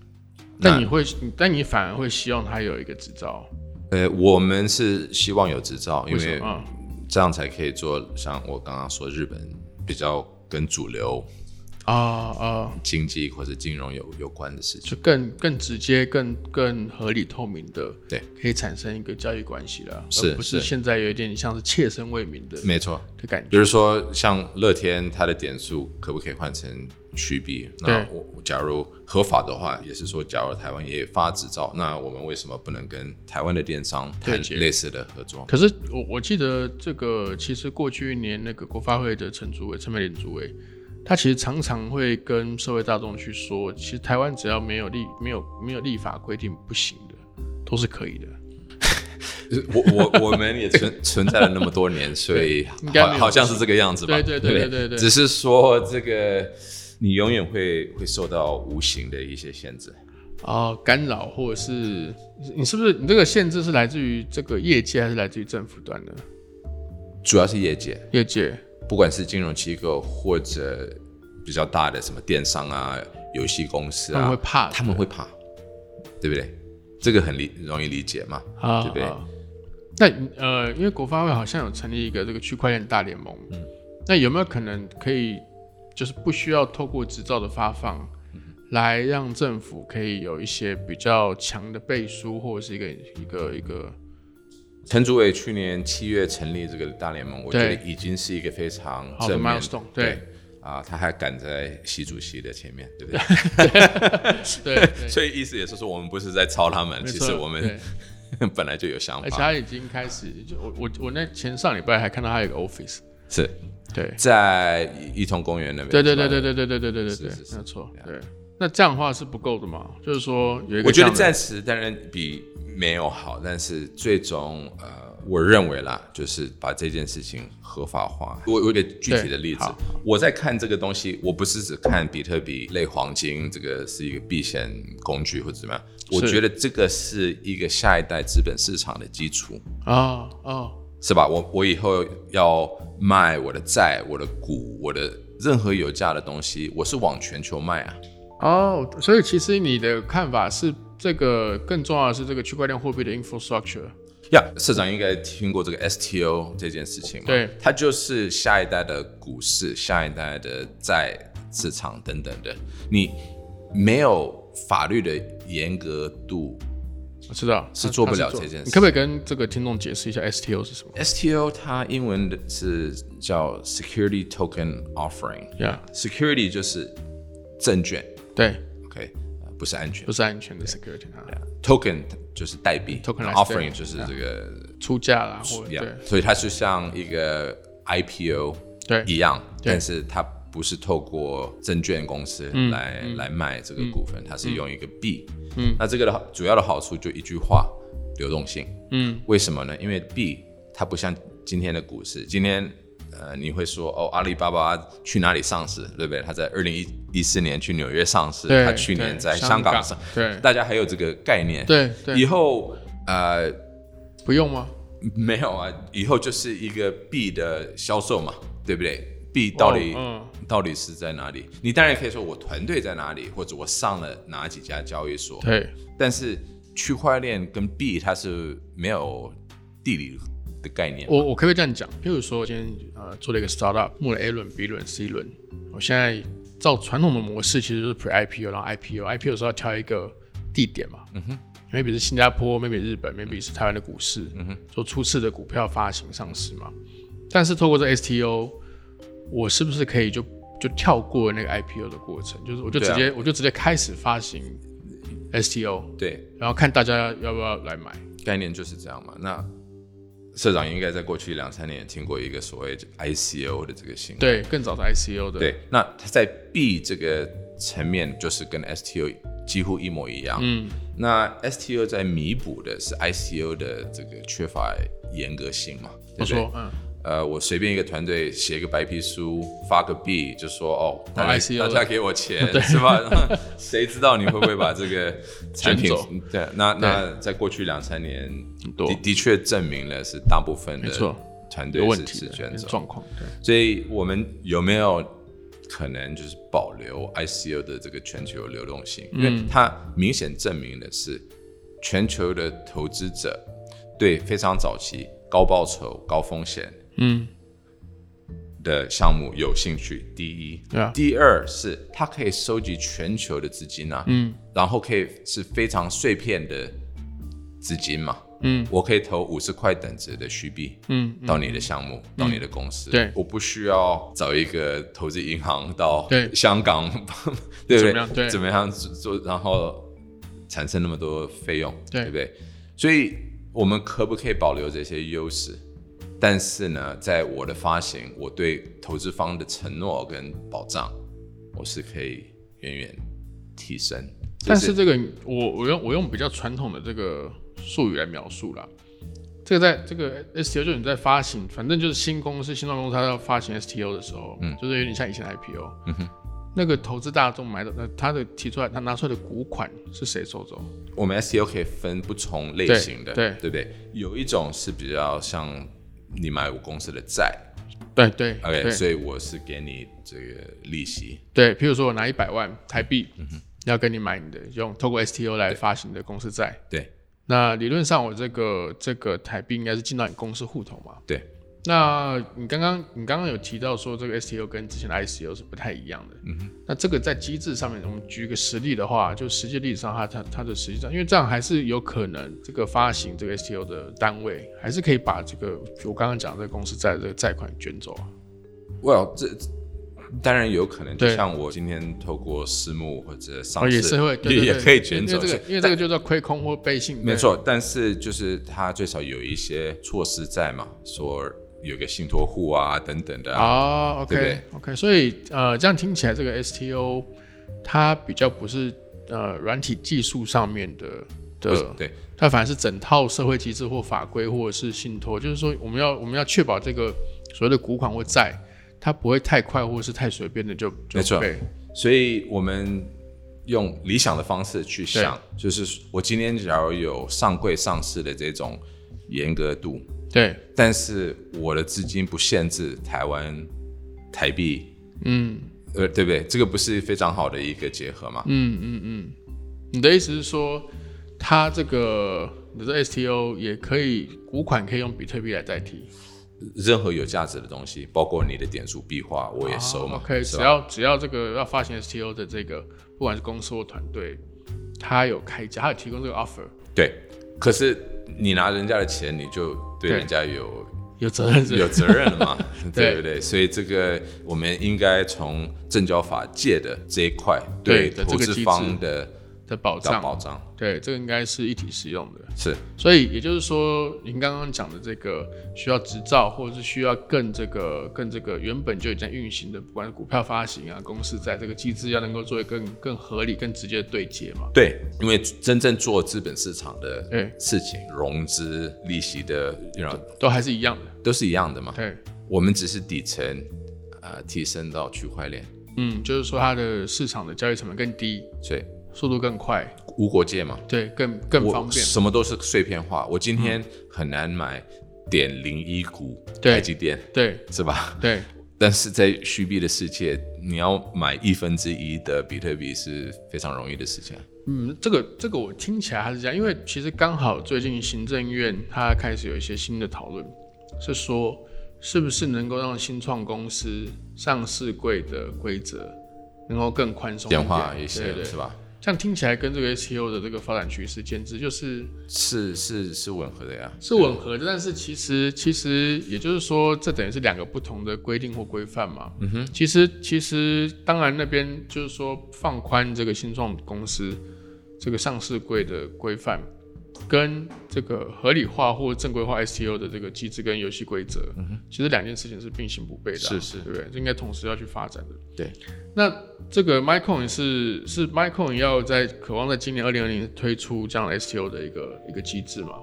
[SPEAKER 1] 那你会，但你反而会希望它有一个执照，
[SPEAKER 2] 呃，我们是希望有执照，因
[SPEAKER 1] 为什
[SPEAKER 2] 为
[SPEAKER 1] 么啊？
[SPEAKER 2] 这样才可以做像我刚刚说日本比较跟主流
[SPEAKER 1] 啊啊，
[SPEAKER 2] 经济或者金融有有关的事情。
[SPEAKER 1] 就更更直接、更更合理、透明的，
[SPEAKER 2] 对，
[SPEAKER 1] 可以产生一个交易关系了，
[SPEAKER 2] 是
[SPEAKER 1] 而不是
[SPEAKER 2] 是
[SPEAKER 1] 现在有一点像是切身为民的
[SPEAKER 2] 没错，
[SPEAKER 1] 的感
[SPEAKER 2] 比
[SPEAKER 1] 觉。
[SPEAKER 2] 如说像乐天，它的点数可不可以换成虚币？那
[SPEAKER 1] 对
[SPEAKER 2] 我我假如合法的话，也是说，假如台湾也发执照，那我们为什么不能跟台湾的电商谈
[SPEAKER 1] 对接
[SPEAKER 2] 类似的合作？
[SPEAKER 1] 可是我我记得这个，其实过去一年那个国发会的陈主委陈美玲主委，他其实常常会跟社会大众去说，其实台湾只要没有立没有没有立法规定不行的，都是可以的。
[SPEAKER 2] 我我我们也存存在了那么多年，所以
[SPEAKER 1] 应该没
[SPEAKER 2] 好
[SPEAKER 1] 有
[SPEAKER 2] 好像是这个样子吧？
[SPEAKER 1] 对对对对
[SPEAKER 2] 不
[SPEAKER 1] 对对
[SPEAKER 2] 只是说这个你永远会会受到无形的一些限制。
[SPEAKER 1] 啊、干扰或者是你是不是你这个限制是来自于这个业界还是来自于政府端的
[SPEAKER 2] 主要是业界，
[SPEAKER 1] 业界？
[SPEAKER 2] 不管是金融机构或者比较大的什么电商啊、游戏公司
[SPEAKER 1] 他们
[SPEAKER 2] 啊
[SPEAKER 1] 会，怕
[SPEAKER 2] 他们会怕，对不对？这个很理容易理解嘛，
[SPEAKER 1] 啊，
[SPEAKER 2] 对不对
[SPEAKER 1] 啊那你呃，因为国发会好像有成立一个这个区块链大联盟，
[SPEAKER 2] 嗯
[SPEAKER 1] 那有没有可能可以就是不需要透过执照的发放，
[SPEAKER 2] 嗯
[SPEAKER 1] 来让政府可以有一些比较强的背书，或者是一个一个一个
[SPEAKER 2] 陈主委去年七月成立这个大联盟，我觉得
[SPEAKER 1] 对
[SPEAKER 2] 已经是一个非常
[SPEAKER 1] 好的
[SPEAKER 2] 正面
[SPEAKER 1] milestone，
[SPEAKER 2] 对
[SPEAKER 1] 对
[SPEAKER 2] 啊、他还赶在习主席的前面，对不对？
[SPEAKER 1] 对， (laughs) 对
[SPEAKER 2] 所以意思也是说，我们不是在抄他们，
[SPEAKER 1] 没
[SPEAKER 2] (laughs) 其
[SPEAKER 1] 错
[SPEAKER 2] 实我
[SPEAKER 1] 对
[SPEAKER 2] 们啊 (laughs) 本来就有想
[SPEAKER 1] 而且
[SPEAKER 2] 法。
[SPEAKER 1] 他已经开始，就我我我那前上礼拜还看到他有个 office，
[SPEAKER 2] 是
[SPEAKER 1] 对
[SPEAKER 2] 在一同公园那边。
[SPEAKER 1] 对对对
[SPEAKER 2] 是吧
[SPEAKER 1] 对对对对对对对
[SPEAKER 2] 是
[SPEAKER 1] 对
[SPEAKER 2] 是，是
[SPEAKER 1] 没有错
[SPEAKER 2] 对，啊
[SPEAKER 1] 对。那这样的话是不够的嘛？就是说有一个
[SPEAKER 2] 我
[SPEAKER 1] 这
[SPEAKER 2] 觉得
[SPEAKER 1] 样的
[SPEAKER 2] 暂时当然比没有好，但是最终呃，我认为啦，就是把这件事情合法化。我我有一个具体的例子
[SPEAKER 1] 好，
[SPEAKER 2] 我在看这个东西，我不是只看比特币类黄金，这个是一个避险工具或者怎么样，我
[SPEAKER 1] 是
[SPEAKER 2] 觉得这个是一个下一代资本市场的基础。
[SPEAKER 1] 啊哦
[SPEAKER 2] 是吧？我我以后要卖我的债、我的股、我的任何有价的东西，我是往全球卖啊。
[SPEAKER 1] 哦，所以其实你的看法是，这个更重要的是这个区块链货币的 infrastructure。
[SPEAKER 2] 呀、社长应该听过这个 STO 这件事情嘛？
[SPEAKER 1] 对，
[SPEAKER 2] 它就是下一代的股市、下一代的债市场等等的。你没有法律的严格度
[SPEAKER 1] 我知道
[SPEAKER 2] 是
[SPEAKER 1] 他
[SPEAKER 2] 做不
[SPEAKER 1] 他
[SPEAKER 2] 了这件事
[SPEAKER 1] 你可不可以跟这个听众解释一下 STO 是什么
[SPEAKER 2] ，STO 它英文的是叫 Security Token Offering。
[SPEAKER 1] 呀
[SPEAKER 2] Security 就是证券
[SPEAKER 1] 对，
[SPEAKER 2] ，OK，呃不是安全
[SPEAKER 1] 不。是安全的 security 啊，
[SPEAKER 2] token 就是代币
[SPEAKER 1] Tokenized，对
[SPEAKER 2] ，offering 就是这个
[SPEAKER 1] 出价啦，或者
[SPEAKER 2] yeah，
[SPEAKER 1] 对
[SPEAKER 2] 所以它就像一个 IPO
[SPEAKER 1] 对
[SPEAKER 2] 一样，
[SPEAKER 1] 对嗯
[SPEAKER 2] 但是它不是透过证券公司来来卖这个股份，它是用一个币。嗯，那这个的好主要的好处就一句话，流动性。
[SPEAKER 1] 嗯，
[SPEAKER 2] 为什么呢？因为币它不像今天的股市，今天呃，你会说哦，阿里巴巴去哪里上市，对不对？它在二零一一四年去纽约上市，
[SPEAKER 1] 对
[SPEAKER 2] 它去年
[SPEAKER 1] 对
[SPEAKER 2] 在
[SPEAKER 1] 香
[SPEAKER 2] 香
[SPEAKER 1] 港
[SPEAKER 2] 港上，
[SPEAKER 1] 对
[SPEAKER 2] 大家还有这个概念。
[SPEAKER 1] 对对
[SPEAKER 2] 以，后呃
[SPEAKER 1] 不用吗？
[SPEAKER 2] 没有啊，以后就是一个币的销售嘛，对不对？币到底、
[SPEAKER 1] 哦
[SPEAKER 2] 到底是在哪里？你当然可以说我团队在哪里，或者我上了哪几家交易所，
[SPEAKER 1] 对，
[SPEAKER 2] 但是区块链跟币它是没有地理的概念。
[SPEAKER 1] 我我可不可以这样讲？譬如说，我今天呃做了一个 startup，募了 A 轮、B 轮、C 轮，我现在照传统的模式，其实就是 pre IPO，然后 IPO，IPO 的时候要挑一个地点嘛，嗯哼，maybe 是新加坡，maybe 日本，maybe 是台湾的股市，嗯哼，做初次的股票发行上市嘛。但是透过这 STO，我是不是可以就就跳过那个 IPO 的过程？就是我就直接、我就直接开始发行 STO，
[SPEAKER 2] 对，
[SPEAKER 1] 然后看大家要不要来买。
[SPEAKER 2] 概念就是这样嘛。那社长应该在过去两三年也听过一个所谓 ICO 的这个新闻。
[SPEAKER 1] 对，更早的 ICO 的，
[SPEAKER 2] 对，那它在 B 这个层面就是跟 STO 几乎一模一样。嗯，那 STO 在弥补的是 ICO 的这个缺乏严格性嘛？对
[SPEAKER 1] 我
[SPEAKER 2] 不对
[SPEAKER 1] 说，嗯。
[SPEAKER 2] 呃，我随便一个团队写一个白皮书，发个币，就说哦，大家、
[SPEAKER 1] ICO
[SPEAKER 2] 大家给我钱，
[SPEAKER 1] (laughs)
[SPEAKER 2] 是吧？ (laughs) 谁知道你会不会把这个产品
[SPEAKER 1] 卷走？
[SPEAKER 2] 对，那那在过去两三年，
[SPEAKER 1] 多
[SPEAKER 2] 的的确证明了是大部分的
[SPEAKER 1] 没错
[SPEAKER 2] 团
[SPEAKER 1] 有
[SPEAKER 2] 队
[SPEAKER 1] 问
[SPEAKER 2] 是
[SPEAKER 1] 题
[SPEAKER 2] 是
[SPEAKER 1] 的
[SPEAKER 2] 卷走。
[SPEAKER 1] 状况，对，
[SPEAKER 2] 所以我们有没有可能就是保留 ICO 的这个全球流动性？因为它明显证明的是，全球的投资者对非常早期、高报酬、高风险
[SPEAKER 1] 嗯，
[SPEAKER 2] 的项目有兴趣。第一，
[SPEAKER 1] 对啊，
[SPEAKER 2] 第二是它可以收集全球的资金啊，
[SPEAKER 1] 嗯，
[SPEAKER 2] 然后可以是非常碎片的资金嘛，
[SPEAKER 1] 嗯，
[SPEAKER 2] 我可以投五十块等值的虚币，
[SPEAKER 1] 嗯，
[SPEAKER 2] 到你的项目，到你的公司，
[SPEAKER 1] 对
[SPEAKER 2] 我不需要找一个投资银行到
[SPEAKER 1] 对
[SPEAKER 2] 香港， (laughs) 对不
[SPEAKER 1] 怎么样对
[SPEAKER 2] 怎么样做，然后产生那么多费用，
[SPEAKER 1] 对
[SPEAKER 2] 不对？所以我们可不可以保留这些优势？但是呢，在我的发行，我对投资方的承诺跟保障，我是可以远远提升。
[SPEAKER 1] 但是这个我我用我用比较传统的这个术语来描述啦，这个在这个 STO 就是你在发行，反正就是新公司、新创公司它要发行 STO 的时候，嗯，就是有点像以前 IPO，嗯哼，那个投资大众买的，那呃他的提出来，他拿出来的股款是谁收走？
[SPEAKER 2] 我们 SEO 可以分不同类型的，
[SPEAKER 1] 对
[SPEAKER 2] 对不对？有一种是比较像你买我公司的债
[SPEAKER 1] 对对
[SPEAKER 2] ，OK，
[SPEAKER 1] 对
[SPEAKER 2] 所以我是给你这个利息，
[SPEAKER 1] 对，譬如说我拿一百万台币，要跟你买你的用透过 STO 来发行的公司债，
[SPEAKER 2] 对
[SPEAKER 1] 那理论上我这个这个台币应该是进到你公司户头嘛？
[SPEAKER 2] 对，
[SPEAKER 1] 那你刚刚你刚刚有提到说这个 STO 跟之前的 ICO 是不太一样的，嗯哼。那这个在机制上面，我们举一个实例的话，就实际例子上它它它的实际上，因为这样还是有可能这个发行这个 STO 的单位还是可以把这个我刚刚讲这个公司债的这个债款卷走啊。
[SPEAKER 2] ，Well，这这当然有可能，就
[SPEAKER 1] 对
[SPEAKER 2] 像我今天透过私募或者
[SPEAKER 1] 哦
[SPEAKER 2] 上市，
[SPEAKER 1] 也是会，对
[SPEAKER 2] 也
[SPEAKER 1] 对
[SPEAKER 2] 也
[SPEAKER 1] 对
[SPEAKER 2] 可以卷
[SPEAKER 1] 因
[SPEAKER 2] 走，
[SPEAKER 1] 为这
[SPEAKER 2] 所
[SPEAKER 1] 个
[SPEAKER 2] 以
[SPEAKER 1] 因为这个就叫亏空或背信，
[SPEAKER 2] 没错，但是就是它最少有一些措施在嘛，说有个信托户啊等等的啊，
[SPEAKER 1] 哦，OK
[SPEAKER 2] 对不
[SPEAKER 1] OK，所以呃，这样听起来这个 STO 它比较不是呃软体技术上面的
[SPEAKER 2] 不是
[SPEAKER 1] 的，
[SPEAKER 2] 对
[SPEAKER 1] 它反而是整套社会机制或法规或者是信托，就是说我们要我们要确保这个所谓的股款或债，它不会太快或是太随便的就
[SPEAKER 2] 没错
[SPEAKER 1] 就被
[SPEAKER 2] 所以我们用理想的方式去想，就是我今天假如有上柜上市的这种严格度，
[SPEAKER 1] 对，
[SPEAKER 2] 但是我的资金不限制台湾台币，
[SPEAKER 1] 嗯
[SPEAKER 2] 呃，对不对？这个不是非常好的一个结合嘛？
[SPEAKER 1] 嗯嗯嗯，你的意思是说它这个你的 STO 也可以股款可以用比特币来代替？
[SPEAKER 2] 任何有价值的东西，包括你的点数壁画，我也收嘛。
[SPEAKER 1] o k
[SPEAKER 2] 是
[SPEAKER 1] 只
[SPEAKER 2] 吧
[SPEAKER 1] 要只要这个要发行 STO 的这个，不管是公司或团队，他有开价，他有提供这个 offer，
[SPEAKER 2] 对，可是你拿人家的钱，你就对
[SPEAKER 1] 对
[SPEAKER 2] 人家有
[SPEAKER 1] 有责任
[SPEAKER 2] 有
[SPEAKER 1] 是
[SPEAKER 2] 责任了嘛，
[SPEAKER 1] (laughs) 对
[SPEAKER 2] 对不对？所以这个我们应该从证交法界的这一块
[SPEAKER 1] 对的
[SPEAKER 2] 投
[SPEAKER 1] 这个
[SPEAKER 2] 资
[SPEAKER 1] 机制
[SPEAKER 2] 方的
[SPEAKER 1] 的保
[SPEAKER 2] 的
[SPEAKER 1] 障。
[SPEAKER 2] 保障
[SPEAKER 1] 对，这个应该是一体适用的。
[SPEAKER 2] 是
[SPEAKER 1] 所以也就是说，您刚刚讲的这个需要执照，或者是需要更这个更这个原本就已经在运行的，不管是股票发行啊、公司在这个机制要能够做一个更更合理、更直接的对接嘛。
[SPEAKER 2] 对，因为真正做资本市场的
[SPEAKER 1] 对
[SPEAKER 2] 事情，融资、利息的，you know，
[SPEAKER 1] 都还是一样的。哎
[SPEAKER 2] 都是一样的嘛。
[SPEAKER 1] 对，
[SPEAKER 2] 我们只是底层啊、呃提升到区块链，
[SPEAKER 1] 嗯，就是说它的市场的交易成本更低，
[SPEAKER 2] 所以
[SPEAKER 1] 速度更快，
[SPEAKER 2] 无国界嘛，
[SPEAKER 1] 对，更更
[SPEAKER 2] 我
[SPEAKER 1] 方便。
[SPEAKER 2] 什么都是碎片化。我今天很难买点零一股
[SPEAKER 1] 对
[SPEAKER 2] 台积电，
[SPEAKER 1] 对
[SPEAKER 2] 是吧？ (laughs)
[SPEAKER 1] 对，
[SPEAKER 2] 但是在虚币的世界，你要买一分之一的比特币是非常容易的事情。
[SPEAKER 1] 嗯，这个这个我听起来还是这样，因为其实刚好最近行政院它开始有一些新的讨论，是说是不是能够让新创公司上市柜的规则能够更宽松
[SPEAKER 2] 简化一
[SPEAKER 1] 对
[SPEAKER 2] 些
[SPEAKER 1] 对
[SPEAKER 2] 是吧？
[SPEAKER 1] 这样听起来跟这个 SEO 的这个发展趋势简直就是
[SPEAKER 2] 是是是吻合的呀，
[SPEAKER 1] 是吻合的，但是其实其实也就是说，这等于是两个不同的规定或规范嘛。嗯哼，其实其实当然那边就是说放宽这个新创公司这个上市柜的规范，跟这个合理化或正规化 SEO 的这个机制跟游戏规则，其实两件事情是并行不悖的啊、
[SPEAKER 2] 是是
[SPEAKER 1] 对不对？这应该同时要去发展的。
[SPEAKER 2] 对，
[SPEAKER 1] 那这个 MyCoin 是是 MyCoin 要在渴望在今年二零二零推出这样的 SEO 的一个一个机制嘛？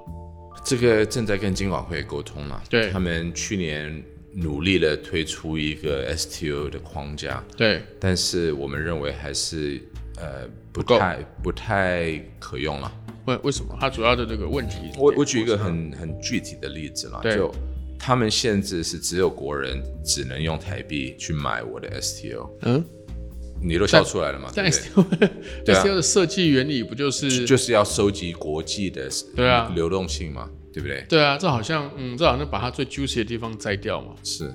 [SPEAKER 2] 这个正在跟金管会沟通了。
[SPEAKER 1] 对
[SPEAKER 2] 他们去年努力的推出一个 STO 的框架，
[SPEAKER 1] 对，
[SPEAKER 2] 但是我们认为还是呃不
[SPEAKER 1] 够
[SPEAKER 2] 太不太可用了。
[SPEAKER 1] 为为什么？它主要的这个问题，
[SPEAKER 2] 我我举一个很很具体的例子啦，
[SPEAKER 1] 对
[SPEAKER 2] 就他们限制是只有国人只能用台币去买我的 STO，
[SPEAKER 1] 嗯，
[SPEAKER 2] 你都笑出来了嘛？
[SPEAKER 1] (laughs) 但
[SPEAKER 2] 对不
[SPEAKER 1] S
[SPEAKER 2] 对
[SPEAKER 1] U
[SPEAKER 2] 对啊
[SPEAKER 1] S U 的设计原理不就是？
[SPEAKER 2] 就是要收集国际的
[SPEAKER 1] 对啊
[SPEAKER 2] 流动性嘛，对不对？
[SPEAKER 1] 对啊，这好像嗯，这好像把它最 juicy 的地方摘掉嘛。
[SPEAKER 2] 是，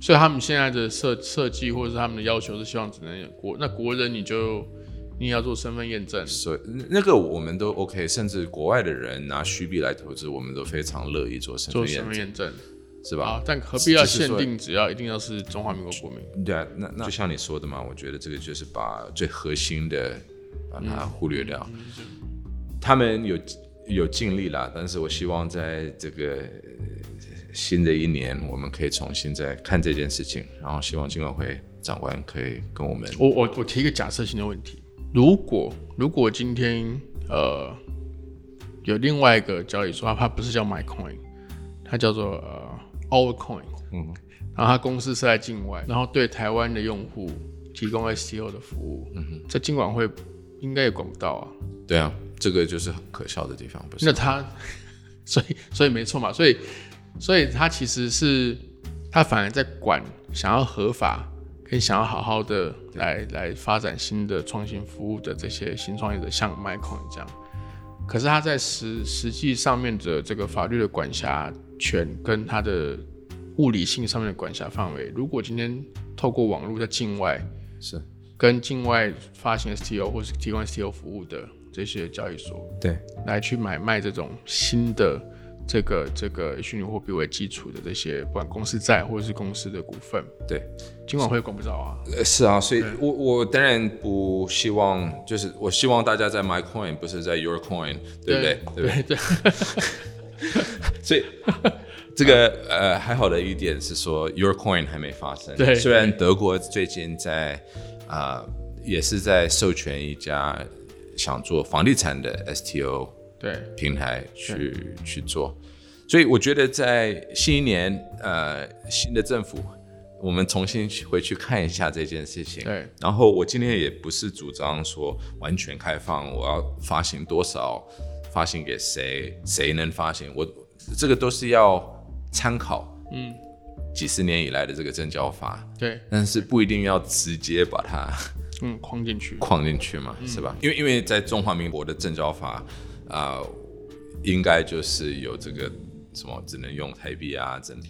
[SPEAKER 1] 所以他们现在的设设计或者是他们的要求是希望只能有国那国人你就你也要做身份验证，
[SPEAKER 2] 所以那个我们都 OK，甚至国外的人拿虚币来投资，我们都非常乐意做身
[SPEAKER 1] 做
[SPEAKER 2] 份
[SPEAKER 1] 身
[SPEAKER 2] 验
[SPEAKER 1] 份
[SPEAKER 2] 证，
[SPEAKER 1] 验证
[SPEAKER 2] 是吧？
[SPEAKER 1] 啊，但何必要
[SPEAKER 2] 只是
[SPEAKER 1] 限
[SPEAKER 2] 说
[SPEAKER 1] 定只要一定要是中华民国国民？
[SPEAKER 2] 对啊，那那就像你说的嘛，我觉得这个就是把最核心的把
[SPEAKER 1] 嗯
[SPEAKER 2] 它忽略掉。他们有有尽力啦，但是我希望在这个呃新的一年，我们可以重新再看这件事情，然后希望金管会长官可以跟我们
[SPEAKER 1] 我我我提一个假设性的问题：如果如果今天呃有另外一个交易所，它它不是叫 MyCoin，它叫做呃 AllCoin，嗯，然后它公司是在境外，然后对台湾的用户提供 STO 的服务，嗯哼，在金管会应该也管不到啊。
[SPEAKER 2] 对啊，这个就是很可笑的地方，不是
[SPEAKER 1] 那？它 (laughs) 所以所以没错嘛，所以所以它其实是它反而在管想要合法跟想要好好的来来发展新的创新服务的这些新创业者，像 Michael 这样。可是它在实实际上面的这个法律的管辖权跟它的物理性上面的管辖范围，如果今天透过网络在境外
[SPEAKER 2] 是
[SPEAKER 1] 跟境外发行 STO 或是提供 STO 服务的这些交易所，
[SPEAKER 2] 对，
[SPEAKER 1] 来去买卖这种新的这个这个虚拟货币为基础的这些，不管公司债或者是公司的股份，
[SPEAKER 2] 对，
[SPEAKER 1] 今晚会管不着啊。
[SPEAKER 2] 呃，是啊，所以我我当然不希望，就是我希望大家在 my coin 不是在 your coin，对不对？对不对？
[SPEAKER 1] 对对，
[SPEAKER 2] 所以这个呃还好的一点是说，Your Coin 还没发生。
[SPEAKER 1] 对
[SPEAKER 2] 虽然德国最近在啊、也是在授权一家想做房地产的 STO
[SPEAKER 1] (laughs) 对
[SPEAKER 2] 平台去去做，所以我觉得在新一年呃新的政府。我们重新回去看一下这件事情。
[SPEAKER 1] 对，
[SPEAKER 2] 然后我今天也不是主张说完全开放，我要发行多少，发行给谁，谁能发行，我这个都是要参考，嗯，几十年以来的这个证交法，
[SPEAKER 1] 对，
[SPEAKER 2] 但是不一定要直接把它
[SPEAKER 1] 嗯，框进去。
[SPEAKER 2] 框进去
[SPEAKER 1] 嗯
[SPEAKER 2] 嘛，是吧？因为因为在中华民国的证交法啊、应该就是有这个什么只能用台币啊，真的，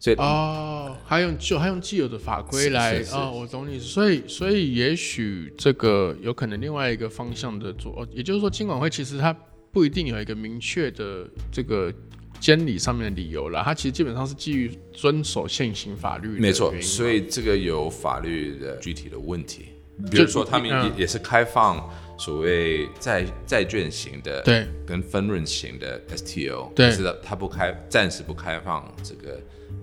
[SPEAKER 2] 所以
[SPEAKER 1] 哦，还用旧还用既有的法规来
[SPEAKER 2] 是是是
[SPEAKER 1] 哦，我懂你意思。所以所以也许这个有可能另外一个方向的做，哦也就是说，金管会其实它不一定有一个明确的这个监理上面的理由啦，它其实基本上是基于遵守现行法律的
[SPEAKER 2] 没错
[SPEAKER 1] 原，因嘛啊
[SPEAKER 2] 所以这个有法律的具体的问题，比
[SPEAKER 1] 就
[SPEAKER 2] 如说他们
[SPEAKER 1] 嗯
[SPEAKER 2] 也也是开放所谓债债券型的，
[SPEAKER 1] 对，
[SPEAKER 2] 跟分润型的 STO，
[SPEAKER 1] 对
[SPEAKER 2] 但是它不开，暂时不开放这个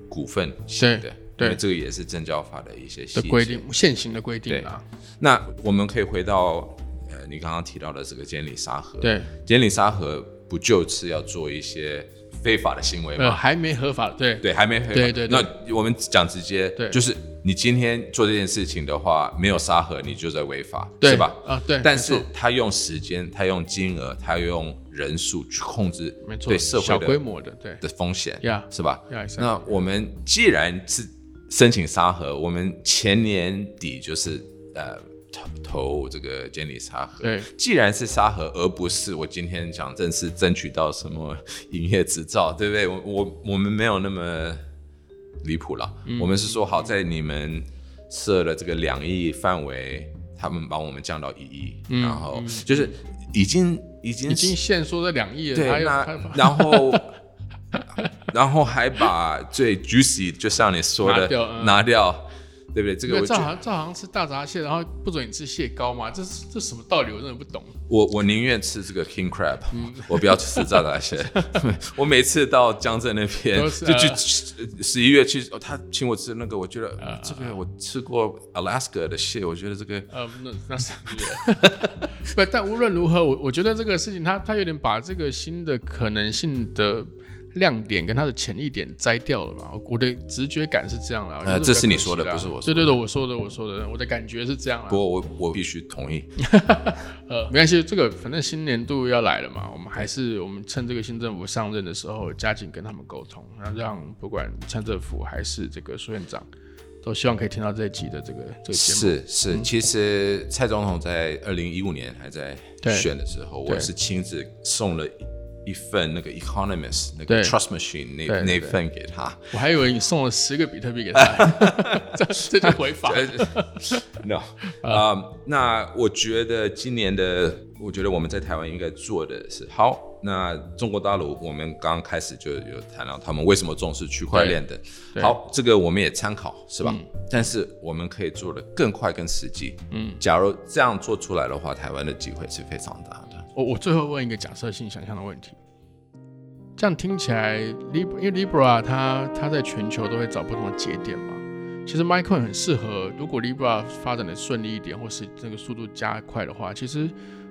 [SPEAKER 2] 股份型的，
[SPEAKER 1] 对
[SPEAKER 2] 因为这个也是证交法的一些细
[SPEAKER 1] 的
[SPEAKER 2] 节
[SPEAKER 1] 规定，现行的规定啊啦。
[SPEAKER 2] 那我们可以回到呃你刚刚提到的这个监理沙盒，
[SPEAKER 1] 对，
[SPEAKER 2] 监理沙盒不就是要做一些非法的行为
[SPEAKER 1] 呃，
[SPEAKER 2] 嘛？
[SPEAKER 1] 还没合法，对
[SPEAKER 2] 对，还没非法。
[SPEAKER 1] 对对对
[SPEAKER 2] 那我们讲直接，
[SPEAKER 1] 对
[SPEAKER 2] 就是你今天做这件事情的话，没有沙盒，你就在违法，
[SPEAKER 1] 对
[SPEAKER 2] 是吧？
[SPEAKER 1] 啊，对，
[SPEAKER 2] 但
[SPEAKER 1] 没
[SPEAKER 2] 是
[SPEAKER 1] 错
[SPEAKER 2] 他用时间，他用金额，他用人数去控制
[SPEAKER 1] 没错，
[SPEAKER 2] 对社会
[SPEAKER 1] 小规
[SPEAKER 2] 的
[SPEAKER 1] 模的，对
[SPEAKER 2] 的风险
[SPEAKER 1] Yeah
[SPEAKER 2] 是吧？
[SPEAKER 1] ，Yeah，exactly
[SPEAKER 2] 那我们既然是申请沙盒，我们前年底就是呃投投这个监理沙盒。
[SPEAKER 1] 对
[SPEAKER 2] 既然是沙盒，而不是我今天想正式争取到什么营业执照，对不对？我我我们没有那么离谱了，
[SPEAKER 1] 嗯
[SPEAKER 2] 我们是说好在你们设了这个两亿范围，他们把我们降到一亿，然后就是已经已经
[SPEAKER 1] 嗯已经限缩在两亿了，
[SPEAKER 2] 对，
[SPEAKER 1] 他又
[SPEAKER 2] 那
[SPEAKER 1] 他把
[SPEAKER 2] 然后然后还把最 juicy 就像你说的
[SPEAKER 1] 拿掉嗯
[SPEAKER 2] 拿掉，对不对？这
[SPEAKER 1] 没
[SPEAKER 2] 个
[SPEAKER 1] 有
[SPEAKER 2] 我
[SPEAKER 1] 这
[SPEAKER 2] 就
[SPEAKER 1] 好像这好像吃大闸蟹，然后不准你吃蟹膏嘛？这是这什么道理？我真的不懂。
[SPEAKER 2] 我我宁愿吃这个 king crab，我
[SPEAKER 1] 嗯
[SPEAKER 2] 不要吃炸大
[SPEAKER 1] (laughs)
[SPEAKER 2] 蟹。我每次到江浙那边
[SPEAKER 1] 都是
[SPEAKER 2] 就去
[SPEAKER 1] 呃
[SPEAKER 2] 十十一月去，哦他请我吃那个，我觉得
[SPEAKER 1] 啊
[SPEAKER 2] 这个我吃过 Alaska 的蟹，我觉得这个
[SPEAKER 1] 呃，那那是 (laughs) 不，但无论如何，我我觉得这个事情它，它有点把这个新的可能性的亮点跟它的潜力点摘掉了吧？我我的直觉感是这样啦。我觉得
[SPEAKER 2] 呃这
[SPEAKER 1] 比较
[SPEAKER 2] 是你
[SPEAKER 1] 可惜
[SPEAKER 2] 说的
[SPEAKER 1] 啦
[SPEAKER 2] 不是我说
[SPEAKER 1] 对对对，我说的，我说的，我的感觉是这样啦。
[SPEAKER 2] 不过我我必须同意。
[SPEAKER 1] 呃，没关系，这个反正新年度要来了嘛，我们还是我们趁这个新政府上任的时候，加紧跟他们沟通，然后让不管参政府还是这个苏院长，都希望可以听到这一集的这个这个节目。嗯
[SPEAKER 2] 是是，其实蔡总统在二零一五年还在
[SPEAKER 1] 对
[SPEAKER 2] 选的时候，
[SPEAKER 1] 对
[SPEAKER 2] 我是亲自送了一一份那个 Economist 那
[SPEAKER 1] 对
[SPEAKER 2] 个 Trust Machine 那
[SPEAKER 1] 对
[SPEAKER 2] 那
[SPEAKER 1] 对
[SPEAKER 2] 份给他。
[SPEAKER 1] 我还以为你送了十个比特币
[SPEAKER 2] (laughs)
[SPEAKER 1] 给他，这这就违法。
[SPEAKER 2] (laughs) no，啊、那我觉得今年的，我觉得我们在台湾应该做的是好。那中国大陆，我们刚刚开始就有谈到他们为什么重视区块链的。
[SPEAKER 1] 对嗯
[SPEAKER 2] 好，这个我们也参考，是吧？但是我们可以做的更快、更实际。嗯，假如这样做出来的话，台湾的机会是非常大的。
[SPEAKER 1] 我我最后问一个假设性想象的问题，这样听起来，Libra 因为 Libra 它它在全球都会找不同的节点嘛。其实 Micron 很适合，如果 Libra 发展的顺利一点，或是这个速度加快的话，其实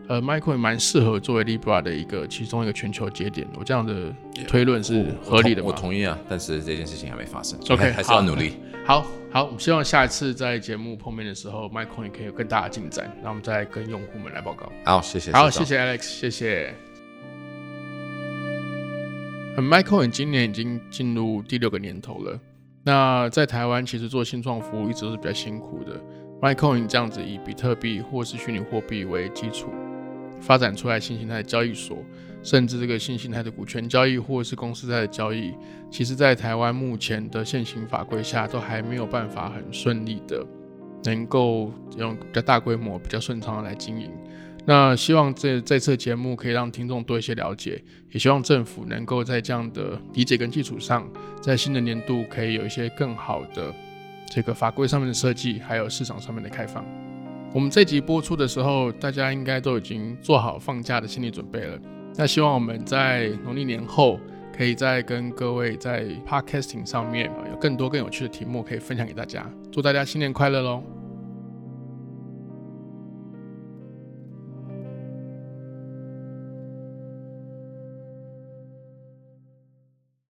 [SPEAKER 1] 呃 Micron 蛮适合作为 Libra 的一个其中一个全球节点。我这样的推论是合理的
[SPEAKER 2] 我
[SPEAKER 1] 吗？
[SPEAKER 2] 同意啊，但是这件事情还没发生
[SPEAKER 1] OK，
[SPEAKER 2] 还是要
[SPEAKER 1] 好
[SPEAKER 2] 努力。
[SPEAKER 1] 好好，我们希望下一次在节目碰面的时候，Micron 也可以有更大的进展，那我们再跟用户们来报告。
[SPEAKER 2] 好，谢谢。
[SPEAKER 1] 好，
[SPEAKER 2] 社长
[SPEAKER 1] 谢。谢 Alex，谢谢。嗯 Michael 今年已经进入第六个年头了。那在台湾，其实做新创服务一直都是比较辛苦的。Michael 这样子以比特币或是虚拟货币为基础，发展出来新形态的交易所，甚至这个新形态的股权交易或是公司债的交易，其实在台湾目前的现行法规下，都还没有办法很顺利的能够用比较大规模、比较顺畅的来经营。那希望这这次的节目可以让听众多一些了解，也希望政府能够在这样的理解跟基础上，在新的年度可以有一些更好的这个法规上面的设计，还有市场上面的开放。我们这集播出的时候，大家应该都已经做好放假的心理准备了。那希望我们在农历年后，可以再跟各位在 podcasting 上面呃有更多更有趣的题目可以分享给大家。祝大家新年快乐喽！